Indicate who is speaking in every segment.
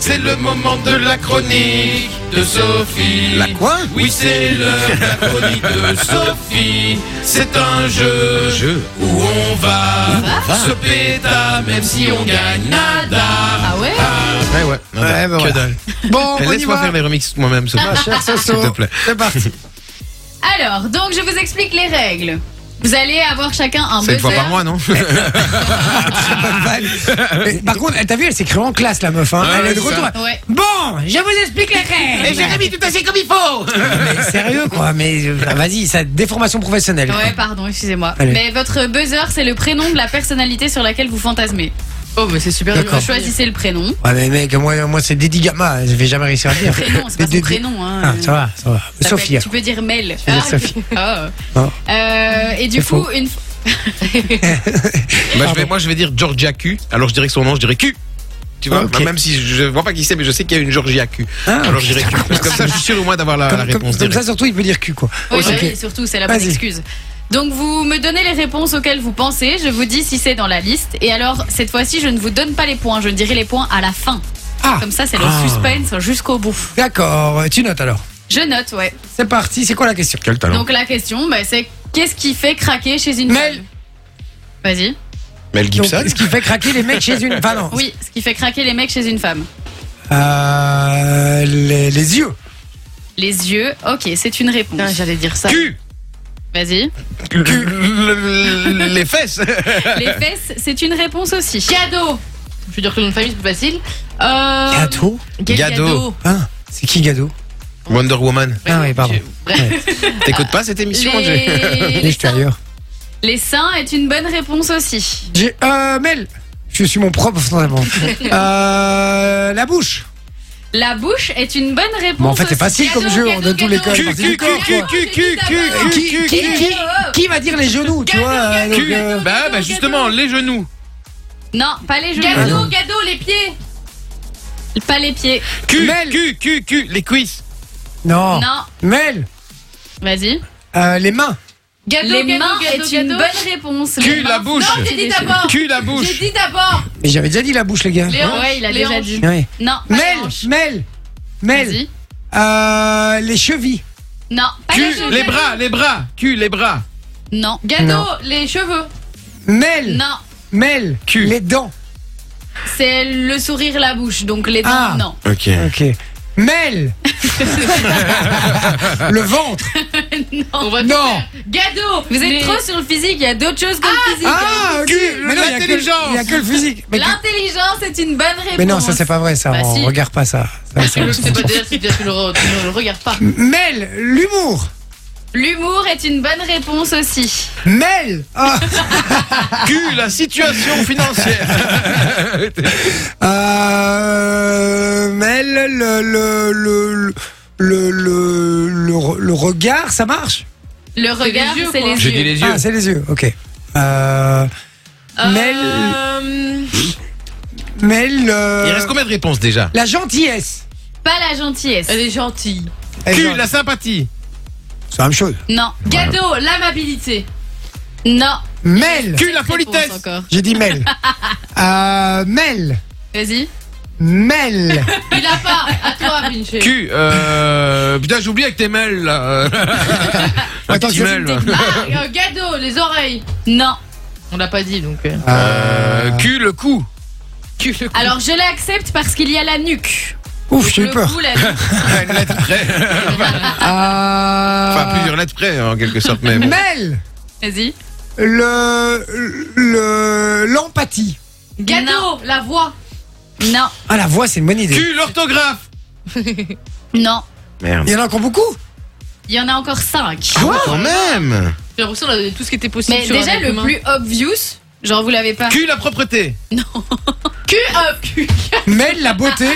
Speaker 1: C'est le moment de la chronique de Sophie.
Speaker 2: La quoi
Speaker 1: Oui, c'est l'heure de la chronique de Sophie. C'est un jeu,
Speaker 2: jeu.
Speaker 1: où on va,
Speaker 2: va.
Speaker 1: se péta, même si on gagne nada.
Speaker 3: Ah ouais
Speaker 2: Ouais, ouais.
Speaker 4: Ouais, bah, voilà.
Speaker 2: Que dalle.
Speaker 4: Bon, on y
Speaker 2: Laisse-moi
Speaker 4: va.
Speaker 2: faire les remixes moi-même, s'il
Speaker 4: Ma chère Soso,
Speaker 2: te plaît.
Speaker 4: c'est parti.
Speaker 3: Alors, donc je vous explique les règles. Vous allez avoir chacun un
Speaker 2: C'est une fois
Speaker 3: buzzer.
Speaker 2: par mois, non
Speaker 4: Bonne vanne. Bah, Mais Par contre, elle- t'as vu, elle s'est créée en classe, la meuf. hein.
Speaker 2: Ouais,
Speaker 4: Elle est de
Speaker 2: c'est
Speaker 4: retour.
Speaker 2: ça.
Speaker 3: Ouais.
Speaker 4: Bon, je vous explique les règles.
Speaker 2: Jérémy, tout assez comme il faut
Speaker 4: Mais sérieux, quoi. Mais euh, vas-y, ça déformation professionnelle.
Speaker 3: Ouais, pardon, excusez-moi.
Speaker 4: Allez.
Speaker 3: Mais votre buzzer, c'est le prénom de la personnalité sur laquelle vous fantasmez. Oh, mais c'est super.
Speaker 4: D'accord.
Speaker 3: Choisissez le prénom.
Speaker 4: Ouais, mais mec, moi, moi c'est Didi Gamma. Je vais jamais réussir à le dire.
Speaker 3: Prénom, c'est pas son
Speaker 4: Didi-
Speaker 3: prénom. Hein.
Speaker 4: Ah, ça va, ça va.
Speaker 3: Ça s'appelle-
Speaker 4: Sophia.
Speaker 3: Tu peux dire Mel.
Speaker 4: vais dire Sophie.
Speaker 3: ok. Ah, ouais.
Speaker 4: Non.
Speaker 3: Euh, et du
Speaker 4: C'est
Speaker 3: coup,
Speaker 4: faux.
Speaker 3: une.
Speaker 2: bah, je vais,
Speaker 4: Pardon.
Speaker 2: Moi, je vais dire Georgia Q. Alors, je dirais que son nom, je dirais Q. Tu vois,
Speaker 4: Ok.
Speaker 2: bah, même si je je vois pas qui c'est, mais je sais qu'il y a une Georgia Q.
Speaker 4: Ah,
Speaker 2: Alors, je dirais Q. Parce que comme ça, je suis sûr au moins d'avoir la, la
Speaker 4: Comme, comme-
Speaker 2: réponse.
Speaker 4: comme
Speaker 2: directe.
Speaker 4: ça, surtout, il peut dire cul, quoi.
Speaker 3: Oui,
Speaker 4: Ok.
Speaker 3: bah oui, surtout, c'est la bonne
Speaker 4: Vas-y.
Speaker 3: excuse. Donc, vous me donnez les réponses auxquelles vous pensez, je vous dis si c'est dans la liste. Et alors, cette fois-ci, je ne vous donne pas les points, je dirai les points à la fin.
Speaker 4: Ah,
Speaker 3: Comme ça, c'est le
Speaker 4: Ah.
Speaker 3: suspense jusqu'au bout.
Speaker 4: d'accord. Euh, Tu notes alors.
Speaker 3: Je note, ouais.
Speaker 4: C'est parti. C'est quoi la question
Speaker 2: Quel talent.
Speaker 3: Donc, la question, bah, c'est qu'est-ce qui fait craquer chez une
Speaker 4: Mel.
Speaker 3: femme Vas-y.
Speaker 2: Mel
Speaker 4: Donc,
Speaker 2: Gibson
Speaker 4: ce qui fait craquer les mecs chez une. Enfin, non.
Speaker 3: Oui, ce qui fait craquer les mecs chez une femme.
Speaker 4: Euh, les, les yeux.
Speaker 3: Les yeux, ok, c'est une réponse. J'allais dire ça.
Speaker 2: Q
Speaker 3: Vas-y.
Speaker 2: Q. Les fesses
Speaker 3: Les fesses, c'est une réponse aussi. Cadeau Je veux dire que une famille, c'est plus facile. Euh...
Speaker 4: Gâteau
Speaker 3: quel
Speaker 2: Gado.
Speaker 4: Hein C'est qui Gado
Speaker 2: Wonder Woman.
Speaker 4: Ah oui, pardon.
Speaker 2: T'écoutes pas cette émission Angé
Speaker 3: Les...
Speaker 4: Les ailleurs.
Speaker 3: Les seins est une bonne réponse aussi.
Speaker 4: J'ai euh, Mel. Je suis mon propre finalement. euh, la bouche.
Speaker 3: La bouche est une bonne réponse.
Speaker 4: Bon, en fait, c'est
Speaker 3: aussi.
Speaker 4: facile comme
Speaker 3: Cadeau,
Speaker 4: jeu, on
Speaker 3: cadeau,
Speaker 4: donne tous les
Speaker 3: cadeau.
Speaker 4: codes.
Speaker 2: Q, Q, Q, Q, Q, Q,
Speaker 4: Euh,
Speaker 2: Q,
Speaker 4: qui, qui, qui, qui va dire les genoux, tu
Speaker 3: Gado,
Speaker 4: vois euh,
Speaker 3: Gado,
Speaker 4: donc,
Speaker 2: Q.
Speaker 4: euh,
Speaker 2: Bah, bah, justement, les genoux.
Speaker 3: Non, pas les genoux.
Speaker 4: Cadeau,
Speaker 3: cadeau, les pieds. Pas les pieds.
Speaker 2: Q,
Speaker 4: Mel.
Speaker 2: Q, Q, Q, les cuisses.
Speaker 4: Non.
Speaker 3: Non.
Speaker 4: Mel.
Speaker 3: Vas-y.
Speaker 4: euh, les mains.
Speaker 3: les mains est une bonne réponse.
Speaker 2: Q,
Speaker 3: Les
Speaker 2: la
Speaker 3: mains-
Speaker 2: bouche.
Speaker 3: j'ai dit d'abord.
Speaker 2: Q, la bouche.
Speaker 3: dit d'abord.
Speaker 4: Mais j'avais déjà dit la bouche, les gars.
Speaker 3: Ouais, il a déjà dit.
Speaker 4: Ouais.
Speaker 3: Non. pas les
Speaker 4: Mel.
Speaker 3: hanches.
Speaker 4: Mel. Mel.
Speaker 3: Vas-y.
Speaker 4: Euh, les chevilles.
Speaker 3: Non. Pas
Speaker 2: Q,
Speaker 3: les cheveux.
Speaker 2: les bras, les bras. Q, les bras.
Speaker 3: Non.
Speaker 4: Non.
Speaker 3: les cheveux.
Speaker 4: Mel.
Speaker 3: Non.
Speaker 4: Mel.
Speaker 2: Q.
Speaker 4: Les dents.
Speaker 3: C'est le sourire, la bouche. Donc les dents,
Speaker 4: Ah.
Speaker 3: non.
Speaker 2: Ok.
Speaker 4: Ok. Mel. le ventre. Non.
Speaker 3: Gado Vous êtes trop sur le physique, il y a d'autres choses que le physique.
Speaker 4: Ah, ok.
Speaker 2: Cul,
Speaker 4: Mais non, il y a que-
Speaker 2: l'intelligence.
Speaker 4: il y a que le physique. Mais, que-
Speaker 3: L'intelligence est une bonne réponse.
Speaker 4: mais non, ça c'est pas vrai, ça.
Speaker 3: Bah,
Speaker 4: on
Speaker 3: si.
Speaker 4: regarde pas ça.
Speaker 2: Bah,
Speaker 4: Ça, ça-
Speaker 3: ne le regarde pas.
Speaker 4: Mel, l'humour.
Speaker 3: L'humour est une bonne réponse aussi.
Speaker 4: Mel. Ah.
Speaker 2: Q, la situation financière.
Speaker 4: Euh, Mel, le le le le le le, le re- le regard, ça marche.
Speaker 3: Le regard,
Speaker 5: yeux,
Speaker 3: c'est
Speaker 5: quoi.
Speaker 3: les
Speaker 2: J'ai
Speaker 3: yeux.
Speaker 2: dit les yeux.
Speaker 4: Ah, c'est les yeux. Ok. Euh, Mel,
Speaker 5: Euh,
Speaker 4: Mel, euh,
Speaker 2: Il reste combien de réponses déjà
Speaker 4: la gentillesse.
Speaker 3: Pas la gentillesse.
Speaker 5: Elle est gentille.
Speaker 4: Eh,
Speaker 2: Q,
Speaker 4: genre,
Speaker 2: la sympathie.
Speaker 4: C'est la même chose.
Speaker 3: Non.
Speaker 5: Gado, l'amabilité.
Speaker 3: Non.
Speaker 4: Mel.
Speaker 2: Q, la
Speaker 3: Réponse
Speaker 2: politesse.
Speaker 3: encore.
Speaker 4: J'ai dit Mel. euh, Mel,
Speaker 3: Vas-y.
Speaker 4: Mel.
Speaker 5: Il a pas. À toi, Vinci.
Speaker 2: Q, euh... Putain, j'ai oublié avec tes mails, là. Un
Speaker 4: Attends,
Speaker 2: petit
Speaker 4: je-
Speaker 2: mail.
Speaker 5: Ah, euh, Gado, les oreilles.
Speaker 3: Non.
Speaker 5: On l'a pas dit donc. euh.
Speaker 1: Ah.
Speaker 2: Euh, Q, le cou.
Speaker 5: Cul, le cou.
Speaker 3: Alors je l'accepte parce qu'il y a la nuque.
Speaker 4: Ouf, j'ai eu
Speaker 3: le
Speaker 4: peur.
Speaker 3: cou, la nuque.
Speaker 2: Une lettre près.
Speaker 4: Euh,
Speaker 2: Enfin, plusieurs lettres près, en quelque sorte, mais bon.
Speaker 4: Mel,
Speaker 3: Vas-y.
Speaker 4: le le l'empathie.
Speaker 5: Gado,
Speaker 3: Non.
Speaker 5: la voix.
Speaker 3: Non.
Speaker 4: Ah, la voix, c'est une bonne idée.
Speaker 2: Q, l'orthographe.
Speaker 3: Non.
Speaker 2: Merde.
Speaker 4: Il y en a encore beaucoup.
Speaker 3: Il y en a encore cinq.
Speaker 2: Ah ouais, quand même
Speaker 5: J'ai l'impression qu'on a donné tout ce qui était possible.
Speaker 3: Mais
Speaker 5: sur un
Speaker 3: déjà
Speaker 5: être
Speaker 3: le
Speaker 5: humain.
Speaker 3: plus obvious, genre vous l'avez pas.
Speaker 2: Q, la propreté.
Speaker 5: Cul, euh, cul.
Speaker 4: Mel, la beauté.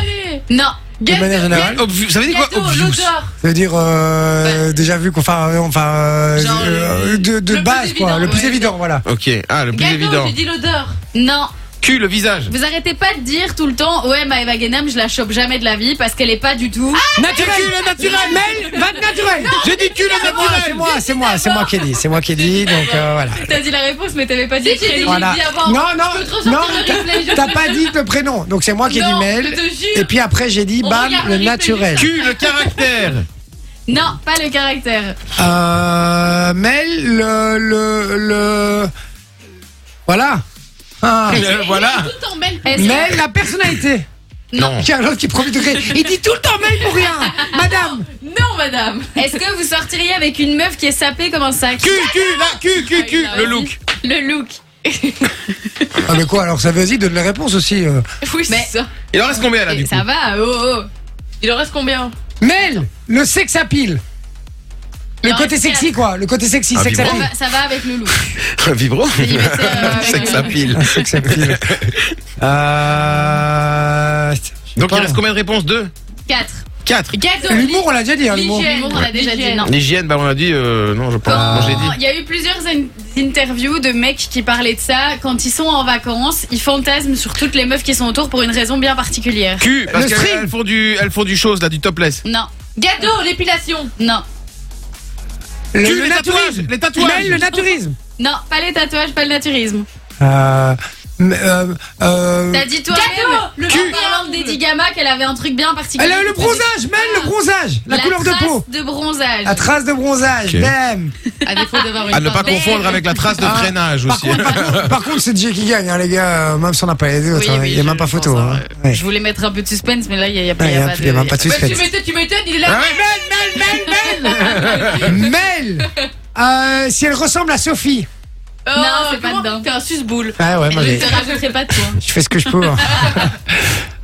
Speaker 5: Allez.
Speaker 3: Non.
Speaker 4: De manière générale.
Speaker 2: Obvu- oh, Ça veut dire quoi
Speaker 5: Gado,
Speaker 2: obvious
Speaker 5: l'odeur.
Speaker 4: Ça veut dire euh, déjà vu qu'on enfin, euh, enfin euh,
Speaker 5: Genre le-
Speaker 4: euh, de, de
Speaker 5: le plus
Speaker 4: base quoi,
Speaker 5: évident,
Speaker 4: le plus
Speaker 5: ouais.
Speaker 4: évident voilà.
Speaker 2: Ok, ah, le plus
Speaker 5: Gado,
Speaker 2: évident.
Speaker 5: j'ai dit l'odeur.
Speaker 3: Non.
Speaker 2: Cul, le visage.
Speaker 3: Vous arrêtez pas de dire tout le temps, ouais, Maëva Guénem, je la chope jamais de la vie parce qu'elle est pas du tout.
Speaker 4: Naturel, naturel, Mel, va de naturel.
Speaker 2: J'ai dit cul, le
Speaker 4: C'est moi,
Speaker 2: naturel.
Speaker 4: c'est moi, c'est moi, c'est moi qui ai dit, c'est moi qui ai dit, donc euh, voilà.
Speaker 3: T'as dit la réponse, mais t'avais pas dit.
Speaker 5: Si, j'ai dit.
Speaker 3: Freddy.
Speaker 4: Voilà.
Speaker 5: dit avant.
Speaker 4: Non,
Speaker 5: Je peux te
Speaker 4: non,
Speaker 5: ressortir
Speaker 4: non,
Speaker 5: le replay, je-
Speaker 4: t'as- t'as pas dit le prénom, donc c'est moi qui ai dit
Speaker 5: Non, je
Speaker 4: Mel.
Speaker 5: te jure.
Speaker 4: Et puis après j'ai dit
Speaker 5: On
Speaker 4: bam
Speaker 5: regarde le
Speaker 4: le
Speaker 5: replay
Speaker 4: naturel.
Speaker 2: Cul, le caractère.
Speaker 3: Non, pas le caractère.
Speaker 4: Euh, Mel, le, le, le, voilà. Ah.
Speaker 2: Euh, Voilà.
Speaker 5: Tout en mêle.
Speaker 3: Est-ce que-
Speaker 4: Mel, la personnalité.
Speaker 2: Non.
Speaker 4: Tiens, l'autre qui profite de créer. Il dit tout le temps Mel pour rien. Madame.
Speaker 5: Non, madame.
Speaker 3: Est-ce que vous sortiriez avec une meuf qui est sapée comme un sac
Speaker 2: Cul, cul, la cul, cul, cul. Le look.
Speaker 3: Le look.
Speaker 4: Ah mais quoi alors ça veut dire donne la réponse aussi. euh.
Speaker 5: Oui,
Speaker 3: Mais-
Speaker 5: c'est ça.
Speaker 2: Il en reste combien là
Speaker 3: Et
Speaker 2: du coup
Speaker 3: ça va, oh oh.
Speaker 5: Il en reste combien
Speaker 4: Mel, le sexe à pile. Le
Speaker 3: Non,
Speaker 4: côté
Speaker 3: c'est
Speaker 4: sexy quoi, le côté sexy,
Speaker 2: Ah,
Speaker 4: sexe à
Speaker 3: Ça
Speaker 2: vivant.
Speaker 4: pile.
Speaker 3: va, ça va avec le look.
Speaker 2: Un vibro.
Speaker 3: Il mettait, euh,
Speaker 2: C'est que ça pile.
Speaker 4: Un sexe à pile. Euh, je sais
Speaker 2: Donc il
Speaker 4: pas.
Speaker 2: reste combien de réponses Deux
Speaker 3: 4.
Speaker 2: 4.
Speaker 5: Gâteau.
Speaker 4: L'humour on l'a déjà dit hein, l'humour.
Speaker 5: L'hygiène.
Speaker 3: L'humour, on l'a déjà dit, non.
Speaker 2: L'hygiène, bah on a dit, euh, non, je pense.
Speaker 3: Quand-
Speaker 2: Moi j'ai dit.
Speaker 3: Il y a eu plusieurs in- interviews de mecs qui parlaient de ça. Quand ils sont en vacances, ils fantasment sur toutes les meufs qui sont autour pour une raison bien particulière.
Speaker 2: Cul, bah, parce
Speaker 4: Le
Speaker 2: qu'elles
Speaker 4: string.
Speaker 2: elles font du, elles font du chose là, du topless.
Speaker 3: Non,
Speaker 5: Gâteau, l'épilation.
Speaker 3: non,
Speaker 4: Le,
Speaker 2: Cul,
Speaker 4: le
Speaker 2: les tatouages,
Speaker 4: naturisme.
Speaker 2: les tatouages.
Speaker 4: Mel, le naturisme.
Speaker 3: non, pas les tatouages, pas le naturisme.
Speaker 4: Euh, m- euh, euh,
Speaker 3: T'as dit toi-même,
Speaker 5: Gâteau, le
Speaker 3: en parlant d'Eddie Gamma, qu'elle avait un truc bien particulier.
Speaker 4: Elle a le bronzage, Mel, le bronzage, la, couleur de
Speaker 3: Ah. trace
Speaker 4: peau.
Speaker 3: de bronzage.
Speaker 4: La trace de bronzage,
Speaker 2: Ok.
Speaker 4: bam.
Speaker 5: À défaut d'avoir une.
Speaker 2: À Ah, ne pas
Speaker 5: femme.
Speaker 2: confondre avec la trace de
Speaker 4: Ah,
Speaker 2: freinage
Speaker 4: Par
Speaker 2: aussi.
Speaker 4: contre, par contre, par contre, c'est DJ qui gagne, hein, les gars, euh, même si on n'a pas les autres.
Speaker 3: Oui,
Speaker 4: hein,
Speaker 3: oui,
Speaker 4: il n'y a
Speaker 3: je-
Speaker 4: même pas
Speaker 3: je
Speaker 4: photo.
Speaker 3: pense,
Speaker 4: hein.
Speaker 3: euh,
Speaker 4: Ouais.
Speaker 3: Je voulais mettre un peu de suspense, mais là, il n'y a, pas-
Speaker 4: Ah,
Speaker 3: il
Speaker 4: Il
Speaker 3: y
Speaker 4: n'y
Speaker 3: a
Speaker 4: a
Speaker 3: pas
Speaker 4: il y a
Speaker 3: de-
Speaker 4: même pas de
Speaker 5: Ouais, tu
Speaker 4: suspense.
Speaker 5: m'étonnes, tu m'étonnes, il est là.
Speaker 2: Ah ouais
Speaker 4: Mel euh, Si elle ressemble à Sophie.
Speaker 5: Oh,
Speaker 3: Non, c'est pas
Speaker 5: comment-
Speaker 3: dedans.
Speaker 5: T'es un suce-boule.
Speaker 4: Ah ouais, moi
Speaker 3: Je
Speaker 4: j'ai-
Speaker 3: te rajouterai pas de toi.
Speaker 4: je fais ce que je peux. hein.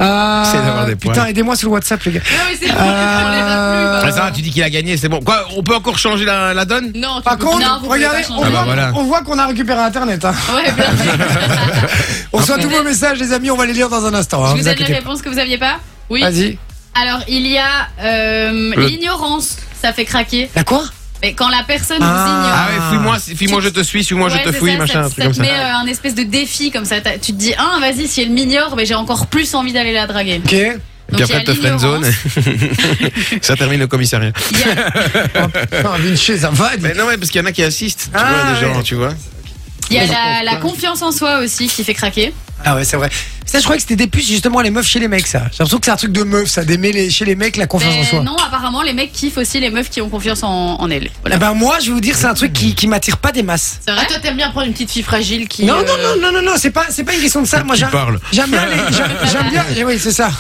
Speaker 4: Euh,
Speaker 2: C'est d'avoir des
Speaker 4: putain,
Speaker 2: poils.
Speaker 4: aidez-moi sur le WhatsApp, les gars.
Speaker 5: Non,
Speaker 3: Ah
Speaker 5: mais c'est bon,
Speaker 4: Euh,
Speaker 5: on les a
Speaker 2: Ah,
Speaker 5: plus. bah.
Speaker 2: ça, va, tu dis qu'il a gagné, c'est bon. Quoi, on peut encore changer la, la donne
Speaker 5: Non, tu
Speaker 4: Par
Speaker 5: peux
Speaker 4: contre,
Speaker 5: pas.
Speaker 3: Non, vous pouvez pas
Speaker 4: regardez, on,
Speaker 3: changer.
Speaker 4: voit,
Speaker 2: Ah bah voilà.
Speaker 4: on voit qu'on a récupéré Internet. hein.
Speaker 3: Ouais, bien sûr.
Speaker 4: On reçoit tous vos messages, les amis, on va les lire dans un instant. hein,
Speaker 3: Je vous
Speaker 4: vous
Speaker 3: donne les
Speaker 4: inquiétez pas.
Speaker 3: réponses que vous aviez pas
Speaker 5: Oui.
Speaker 4: Vas-y.
Speaker 3: Alors, il y a euh,
Speaker 2: Le-
Speaker 3: l'ignorance, ça fait craquer.
Speaker 4: La quoi
Speaker 3: Mais quand la personne
Speaker 4: Ah.
Speaker 3: vous ignore.
Speaker 2: Ah ouais, fouille-moi, fouille-moi, je te suis, suis-moi,
Speaker 3: Ouais,
Speaker 2: je te
Speaker 3: c'est
Speaker 2: fouille,
Speaker 3: ça,
Speaker 2: machin,
Speaker 3: ça,
Speaker 2: un
Speaker 3: ça
Speaker 2: truc comme
Speaker 3: te
Speaker 2: ça.
Speaker 3: met euh, un espèce de défi comme ça. T'as- Tu te dis, ah, vas-y, si elle m'ignore, mais j'ai encore plus envie d'aller la draguer.
Speaker 4: Ok.
Speaker 2: Puis
Speaker 3: Donc, il y a
Speaker 2: après, elle te
Speaker 3: l'ignorance.
Speaker 2: friendzone. ça termine au commissariat.
Speaker 3: Il y a-
Speaker 4: Putain, Vinci, ça va. dis-
Speaker 2: Mais non, mais parce qu'il y en a qui assistent, tu
Speaker 4: Ah,
Speaker 2: vois, des
Speaker 4: ouais.
Speaker 2: gens, tu vois.
Speaker 3: il y a la, la confiance en soi aussi qui fait craquer.
Speaker 4: Ah ouais, c'est vrai. Ça, je croyais que c'était des puces, justement, les meufs chez les mecs, ça. J'ai l'impression que c'est un truc de meuf, ça, d'aimer les- chez les mecs la confiance en
Speaker 3: Mais
Speaker 4: soi.
Speaker 3: non, apparemment, les mecs kiffent aussi les meufs qui ont confiance en, en elles.
Speaker 4: Eh
Speaker 3: Voilà.
Speaker 4: ben, moi, je vais vous dire, c'est un truc qui, qui m'attire pas des masses.
Speaker 3: C'est vrai
Speaker 5: Ah, toi, t'aimes bien prendre une petite fille fragile qui.
Speaker 4: Non,
Speaker 5: euh,
Speaker 4: non, non, non, non, non, c'est pas, c'est pas une question de ça. Moi,
Speaker 2: Qui
Speaker 4: j'aime,
Speaker 2: parle.
Speaker 4: j'aime bien les, j'aime, j'aime bien, eh oui, c'est ça.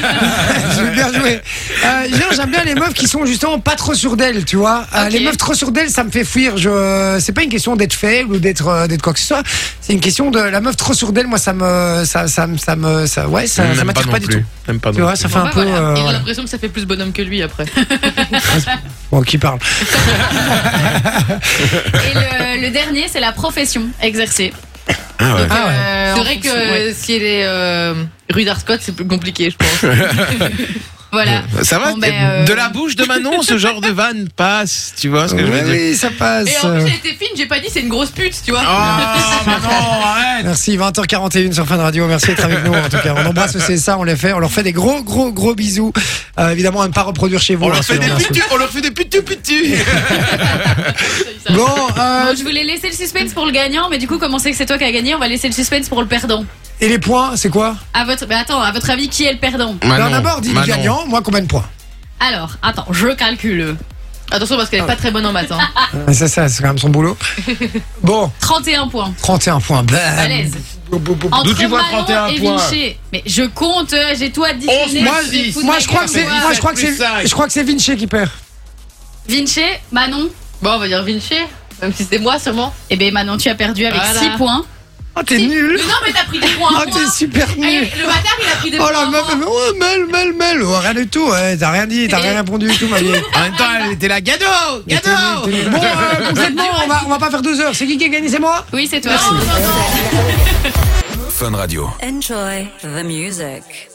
Speaker 4: je vais bien jouer. Euh, j'aime, j'aime bien les meufs qui sont justement pas trop sûres d'elles, tu vois. Euh,
Speaker 3: Ok.
Speaker 4: Les meufs trop sûres d'elles, ça me fait fuir. Je, euh, c'est pas une question d'être faible ou d'être, euh, d'être quoi que ce soit. C'est une question de, la meuf trop sûre d'elle, moi, ça me, ça, ça, me- ça me, ça, ouais, ça,
Speaker 2: Même
Speaker 4: ça m'attire
Speaker 2: non
Speaker 4: pas, du
Speaker 2: plus.
Speaker 4: tout.
Speaker 2: Même pas
Speaker 4: Tu
Speaker 2: non
Speaker 4: vois,
Speaker 2: plus.
Speaker 4: ça fait un
Speaker 5: bah
Speaker 4: peu,
Speaker 3: Ouais, voilà.
Speaker 4: euh,
Speaker 5: Il a
Speaker 4: voilà.
Speaker 5: l'impression que ça fait plus bonhomme que lui après.
Speaker 4: Bon, qui parle?
Speaker 3: Et le, le dernier, c'est la profession exercée.
Speaker 2: Ah ouais.
Speaker 3: Donc,
Speaker 4: Ah ouais.
Speaker 3: euh,
Speaker 5: c'est
Speaker 3: en
Speaker 5: vrai que
Speaker 3: fonction- ouais.
Speaker 5: euh, si elle est euh, rue d'Arscott, c'est plus compliqué, je pense.
Speaker 3: Voilà.
Speaker 2: Ça va
Speaker 3: Bon, ben, euh,
Speaker 2: De la bouche de Manon, ce genre de vanne passe, tu vois ce que je veux
Speaker 4: Oui,
Speaker 2: dire
Speaker 4: oui, ça passe.
Speaker 5: Et en plus, elle était fine, j'ai pas dit c'est une grosse pute, tu vois.
Speaker 2: Ah, Manon, arrête
Speaker 4: Merci, 20h41 sur Fun Radio. Merci d'être avec nous, en tout cas. On embrasse c'est ça, on les fait. On leur fait des gros, gros, gros bisous. Euh, évidemment, à ne pas reproduire chez vous.
Speaker 2: on
Speaker 4: hein,
Speaker 2: leur, fait
Speaker 4: ce
Speaker 2: des
Speaker 4: genre de
Speaker 2: putus, on leur fait des putus putus
Speaker 4: choses. Bon, euh,
Speaker 3: Bon, je voulais laisser le suspense pour le gagnant, mais du coup, comme on sait que c'est toi qui as gagné, on va laisser le suspense pour le perdant.
Speaker 4: et les points, c'est quoi Ben
Speaker 3: À votre, mais attends, à votre avis, qui est le perdant
Speaker 2: Ben,
Speaker 4: Alors, D'abord, dis le gagnant, moi combien de points
Speaker 3: Alors, attends, je calcule.
Speaker 5: Attention parce qu'elle est pas très bonne en maths. Hein.
Speaker 4: Euh, C'est ça, c'est quand même son boulot. Bon,
Speaker 3: 31 points.
Speaker 4: 31 points. Ben, Bam.
Speaker 3: À l'aise.
Speaker 4: Ah, Bou, bou, bou.
Speaker 3: Entre
Speaker 2: D'où tu vois
Speaker 3: Manon
Speaker 2: 31
Speaker 3: et
Speaker 2: points
Speaker 3: Vinci. Mais je compte, euh, j'ai tout à
Speaker 2: Onze
Speaker 3: dessiner.
Speaker 4: Moi,
Speaker 2: Merci,
Speaker 3: fous de
Speaker 4: moi,
Speaker 3: ma
Speaker 4: je crois que
Speaker 3: gueule,
Speaker 4: c'est,
Speaker 3: moi.
Speaker 4: moi, je crois que c'est,
Speaker 2: Plus cinq.
Speaker 4: je crois que c'est Vinci qui perd.
Speaker 3: Vinci, Manon.
Speaker 5: Bon, on va dire Vinci, même si c'est moi sûrement.
Speaker 3: Eh ben Manon, tu as perdu avec
Speaker 5: Voilà.
Speaker 3: 6 points.
Speaker 4: Oh, t'es nul.
Speaker 5: Mais non, mais t'as pris des points.
Speaker 4: Oh,
Speaker 5: à moi.
Speaker 4: t'es super
Speaker 5: Eh,
Speaker 4: nul.
Speaker 5: le bâtard, il a pris des
Speaker 4: Oh
Speaker 5: points.
Speaker 4: la
Speaker 5: à
Speaker 4: meuf,
Speaker 5: moi.
Speaker 4: elle fait, oh, Mel, Mel, Mel. Oh, rien du tout, ouais, t'as rien dit, t'as rien répondu du tout, ma vieille.
Speaker 2: En même temps, elle était là, gado Gado
Speaker 4: Bon, euh, concrètement, on va, on va pas faire deux heures. C'est qui qui a gagné C'est moi
Speaker 3: Oui, c'est toi.
Speaker 6: Enjoy the music.